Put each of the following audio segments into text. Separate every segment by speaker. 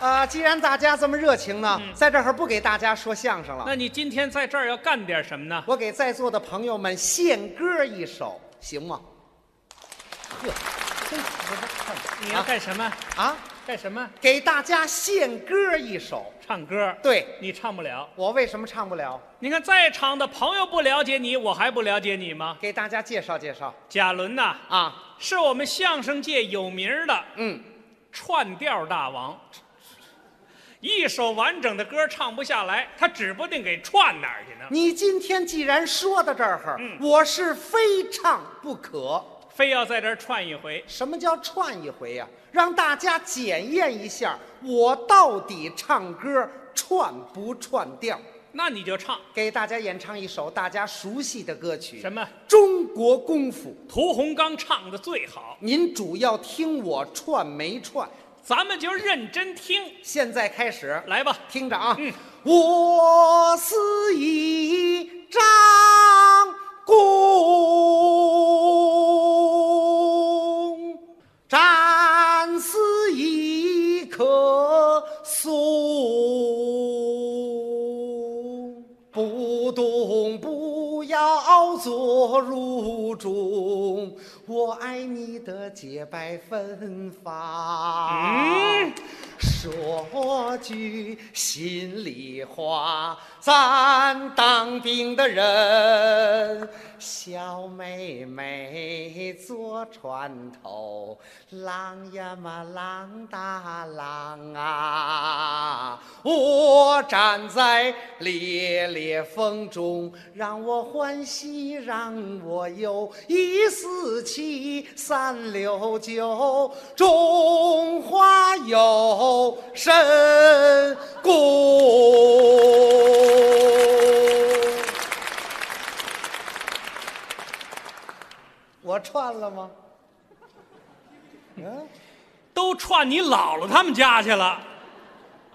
Speaker 1: 啊，既然大家这么热情呢，在这儿不给大家说相声了，
Speaker 2: 那你今天在这儿要干点什么呢？
Speaker 1: 我给在座的朋友们献歌一首，行吗？
Speaker 2: 你要干什么？
Speaker 1: 啊，
Speaker 2: 干什么？
Speaker 1: 给大家献歌一首。
Speaker 2: 唱歌。，
Speaker 1: 对
Speaker 2: 你唱不了。
Speaker 1: 我为什么唱不了？
Speaker 2: 你看在场的朋友不了解你，我还不了解你吗？
Speaker 1: 给大家介绍介绍
Speaker 2: 贾伦呐、
Speaker 1: 啊。
Speaker 2: 是我们相声界有名儿的
Speaker 1: 嗯，
Speaker 2: 串调大王。一首完整的歌唱不下来，他指不定给串哪儿去呢。
Speaker 1: 你今天既然说到这儿，我是非唱不可。
Speaker 2: 非要在这儿串一回，
Speaker 1: 什么叫串一回呀、让大家检验一下我到底唱歌串不串调。
Speaker 2: 那你就唱
Speaker 1: 给大家演唱一首大家熟悉的歌曲，
Speaker 2: 什
Speaker 1: 么？
Speaker 2: 么？
Speaker 1: 中国功夫。
Speaker 2: 屠洪刚唱的最好，
Speaker 1: 您主要听我串没串？
Speaker 2: 咱们就认真听，
Speaker 1: 现在开始，
Speaker 2: 来吧。
Speaker 1: 听着啊。
Speaker 2: 嗯
Speaker 1: 我是一张弓，战是一棵松，不动不摇，坐如钟。我爱你的洁白芬芳。
Speaker 2: 嗯
Speaker 1: 说句心里话，咱当兵的人，小妹妹坐船头，浪呀嘛浪大浪啊！我站在烈烈风中，让我欢喜，让我忧，一四七三六九，中华有神功。我串了吗？嗯，
Speaker 2: 都串你姥姥他们家去了，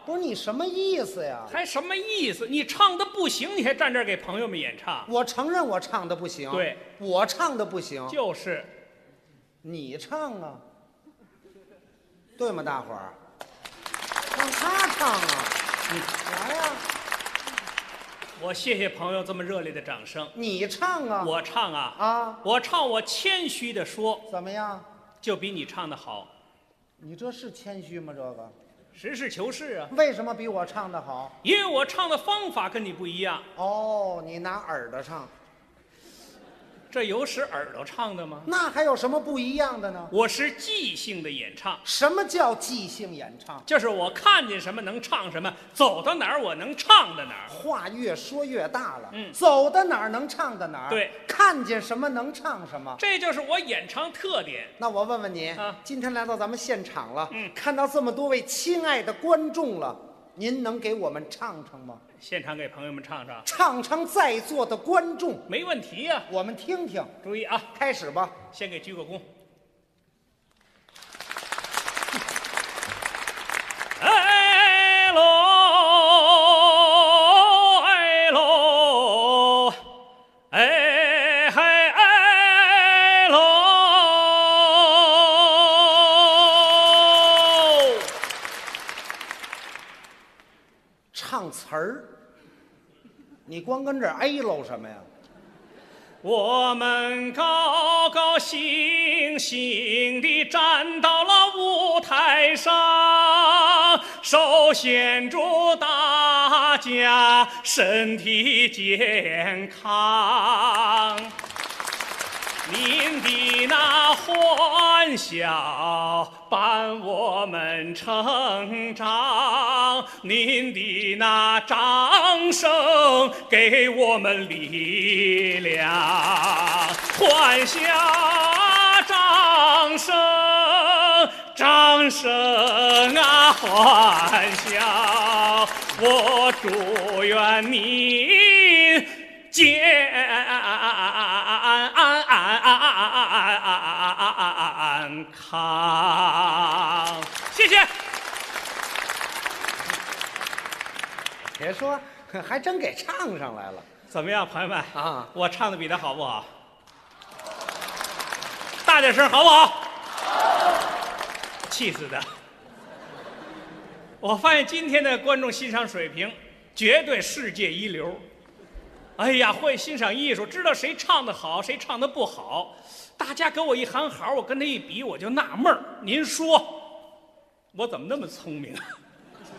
Speaker 1: 不是你什么意思呀？
Speaker 2: 还什么意思？你唱的不行，你还站这儿给朋友们演唱，
Speaker 1: 我承认我唱的不行，
Speaker 2: 对，
Speaker 1: 我唱的不行，
Speaker 2: 就是
Speaker 1: 你唱啊，对吗？大伙儿，让他唱啊，你来啊呀、
Speaker 2: 我谢谢朋友这么热烈的掌声。
Speaker 1: 你唱啊，
Speaker 2: 我唱啊，
Speaker 1: 啊，
Speaker 2: 我唱，我谦虚的说，
Speaker 1: 怎么样？
Speaker 2: 就比你唱的好。
Speaker 1: 你这是谦虚吗？这个
Speaker 2: 实事求是啊，
Speaker 1: 为什么比我唱的好？
Speaker 2: 因为我唱的方法跟你不一样。
Speaker 1: 哦，你拿耳朵唱，
Speaker 2: 这有使耳朵唱的吗？
Speaker 1: 那还有什么不一样的呢？
Speaker 2: 我是即兴的演唱，
Speaker 1: 什么叫即兴演唱？
Speaker 2: 就是我看见什么能唱什么，走到哪儿我能唱到哪儿。
Speaker 1: 话越说越大了，
Speaker 2: 嗯
Speaker 1: 走到哪儿能唱到哪儿，
Speaker 2: 对，
Speaker 1: 看见什么能唱什么。
Speaker 2: 这就是我演唱特点。
Speaker 1: 那我问问你，
Speaker 2: 啊
Speaker 1: 今天来到咱们现场了，
Speaker 2: 嗯
Speaker 1: 看到这么多位亲爱的观众了，您能给我们唱唱吗？
Speaker 2: 现场给朋友们唱唱，
Speaker 1: 唱唱在座的观众，
Speaker 2: 没问题呀、
Speaker 1: 我们听听。
Speaker 2: 注意啊，
Speaker 1: 开始吧，
Speaker 2: 先给鞠个躬。哎喽哎喽哎嗨哎喽！
Speaker 1: 唱词儿。你光跟这儿哎喽什么呀？
Speaker 2: 我们高高兴兴地站到了舞台上，首先祝大家身体健康。您的那欢笑伴我们成长，您的那掌声给我们力量，欢笑掌声，掌声啊欢笑，我祝愿你健康。谢谢。
Speaker 1: 别说，还真给唱上来了。
Speaker 2: 怎么样，朋友们
Speaker 1: 啊
Speaker 2: 我唱的比他好不好？大点声好不好？气死他！我发现今天的观众欣赏水平绝对世界一流。哎呀，会欣赏艺术，知道谁唱的好，谁唱的不好。大家给我一喊好，我跟他一比，我就纳闷儿。您说，我怎么那么聪明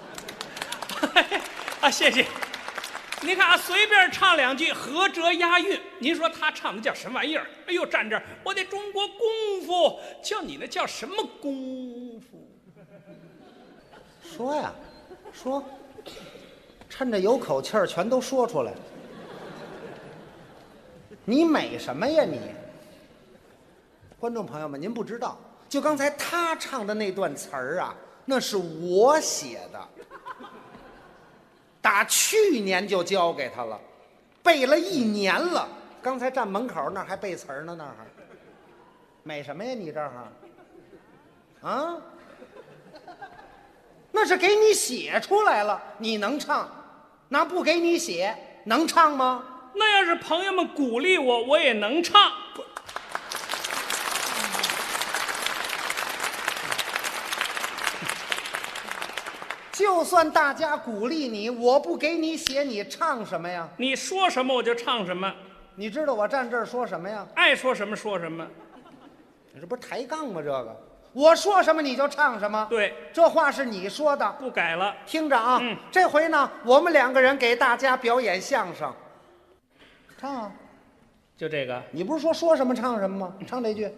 Speaker 2: 啊？啊，谢谢。您看啊，随便唱两句，合辙押韵。您说他唱的叫什么玩意儿？哎呦，站这儿，我得中国功夫，叫你那叫什么功夫？
Speaker 1: 说呀，说，趁着有口气儿，全都说出来。你美什么呀你？观众朋友们，您不知道，就刚才他唱的那段词儿啊，那是我写的，打去年就交给他了，背了一年了。刚才站门口那儿还背词儿呢，那儿还美什么呀你这儿？啊？那是给你写出来了，你能唱，那不给你写能唱吗？
Speaker 2: 那要是朋友们鼓励我，我也能唱。
Speaker 1: 就算大家鼓励你，我不给你写，你唱什么呀？
Speaker 2: 你说什么我就唱什么，
Speaker 1: 你知道我站这儿说什么呀？
Speaker 2: 爱说什么说什么。
Speaker 1: 你这不是抬杠吗？这个，我说什么你就唱什么。，
Speaker 2: 对，
Speaker 1: 这话是你说的，
Speaker 2: 不改了。
Speaker 1: 听着啊。
Speaker 2: 嗯
Speaker 1: 这回呢，我们两个人给大家表演相声，唱啊！
Speaker 2: 就这个，
Speaker 1: 你不是说说什么唱什么吗？唱这句。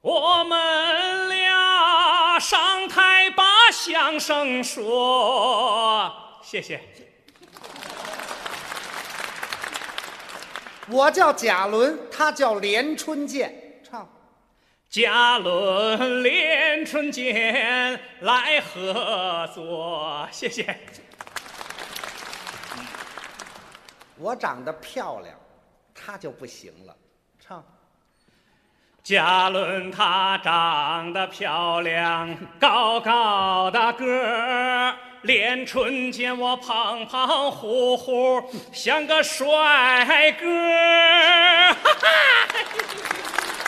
Speaker 2: 我们俩上台把相声说，谢谢。
Speaker 1: 我叫贾伦，他叫连春剑，唱。
Speaker 2: 嘉伦连春间来合作，谢谢。
Speaker 1: 我长得漂亮，她就不行了。唱，
Speaker 2: 嘉伦她长得漂亮，高高的个儿，连春见我胖胖乎乎，像个帅哥。哈哈，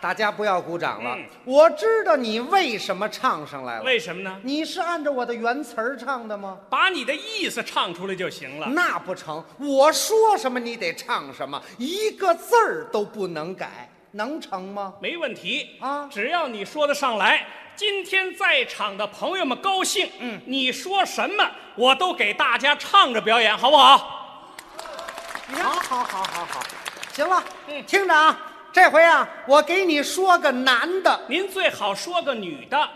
Speaker 1: 大家不要鼓掌了。
Speaker 2: 嗯
Speaker 1: 我知道你为什么唱上来了。
Speaker 2: 为什么呢？
Speaker 1: 你是按照我的原词儿唱的吗？
Speaker 2: 把你的意思唱出来就行了。
Speaker 1: 那不成，我说什么你得唱什么，一个字儿都不能改，能成吗？
Speaker 2: 没问题
Speaker 1: 啊
Speaker 2: 只要你说得上来。今天在场的朋友们高兴，嗯，你说什么我都给大家唱着表演，好不好？
Speaker 1: 你看，好好好好好，行了，
Speaker 2: 嗯
Speaker 1: 听着啊，这回啊，我给你说个男的，
Speaker 2: 您最好说个女的，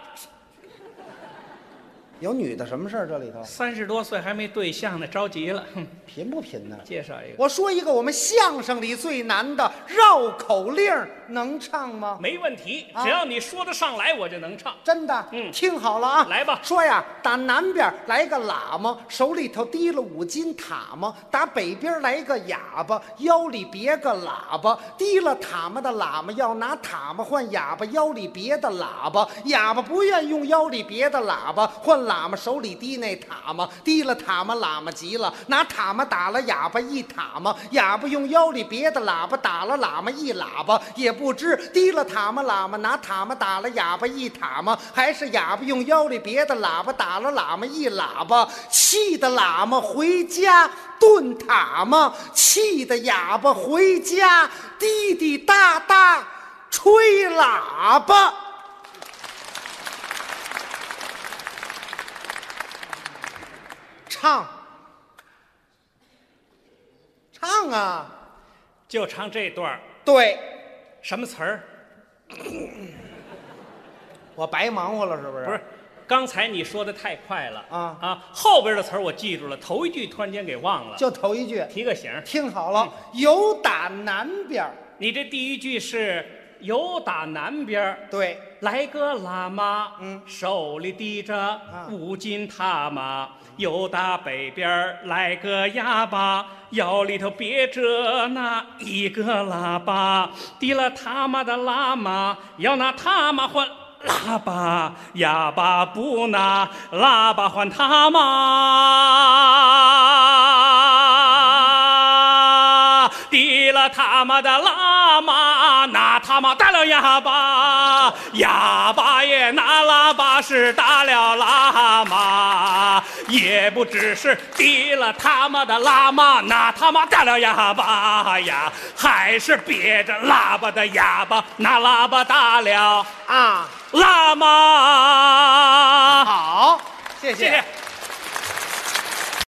Speaker 1: 有女的什么事儿？这里头
Speaker 2: 三十多岁还没对象呢，着急了。哼，
Speaker 1: 贫不贫呢？
Speaker 2: 介绍一个，
Speaker 1: 我说一个我们相声里最难的绕口令儿，能唱吗？
Speaker 2: 没问题，
Speaker 1: 啊
Speaker 2: 只要你说得上来，我就能唱。
Speaker 1: 真的，
Speaker 2: 嗯
Speaker 1: 听好了啊，
Speaker 2: 来吧
Speaker 1: 说呀，打南边来个喇嘛，手里头提了五斤塔嘛；打北边来个哑巴，腰里别个喇叭。提了塔嘛的喇嘛要拿塔嘛换哑巴腰里别的喇叭，哑巴不愿用腰里别的喇叭换喇嘛手里提那塔嘛。提了塔嘛喇嘛急了，拿塔嘛打了哑巴一塔嘛，哑巴用腰里别的喇叭打了喇嘛一喇叭，也不知提了塔嘛喇嘛拿塔嘛打了哑巴一塔嘛，还是哑巴用腰里别的喇叭打了喇嘛一喇叭，气的喇嘛回家炖塔嘛，气的哑巴回家滴滴答答吹喇叭。唱，唱啊！
Speaker 2: 就唱这段儿
Speaker 1: 对，
Speaker 2: 什么词儿？
Speaker 1: 我白忙活了是不是？
Speaker 2: 不是，刚才你说的太快了
Speaker 1: 啊
Speaker 2: 啊！后边的词儿我记住了，头一句突然间给忘了，
Speaker 1: 就头一句，
Speaker 2: 提个醒儿。
Speaker 1: 听好了，有打南边儿
Speaker 2: 你这第一句是有打南边儿
Speaker 1: 对，
Speaker 2: 来个喇嘛，手里提着五斤塔嘛，又打北边儿来个哑巴，腰里头别着那一个喇叭，提了他妈的喇嘛，要拿他妈换喇叭，哑巴不拿喇叭换他妈，提了他妈的喇嘛，拿他妈打了哑巴。啊，哑巴也拿喇叭是打了喇嘛，也不只是提了他妈的喇嘛，拿他妈打了哑巴呀，还是别着喇叭的哑巴拿喇叭打了
Speaker 1: 啊。
Speaker 2: 喇嘛。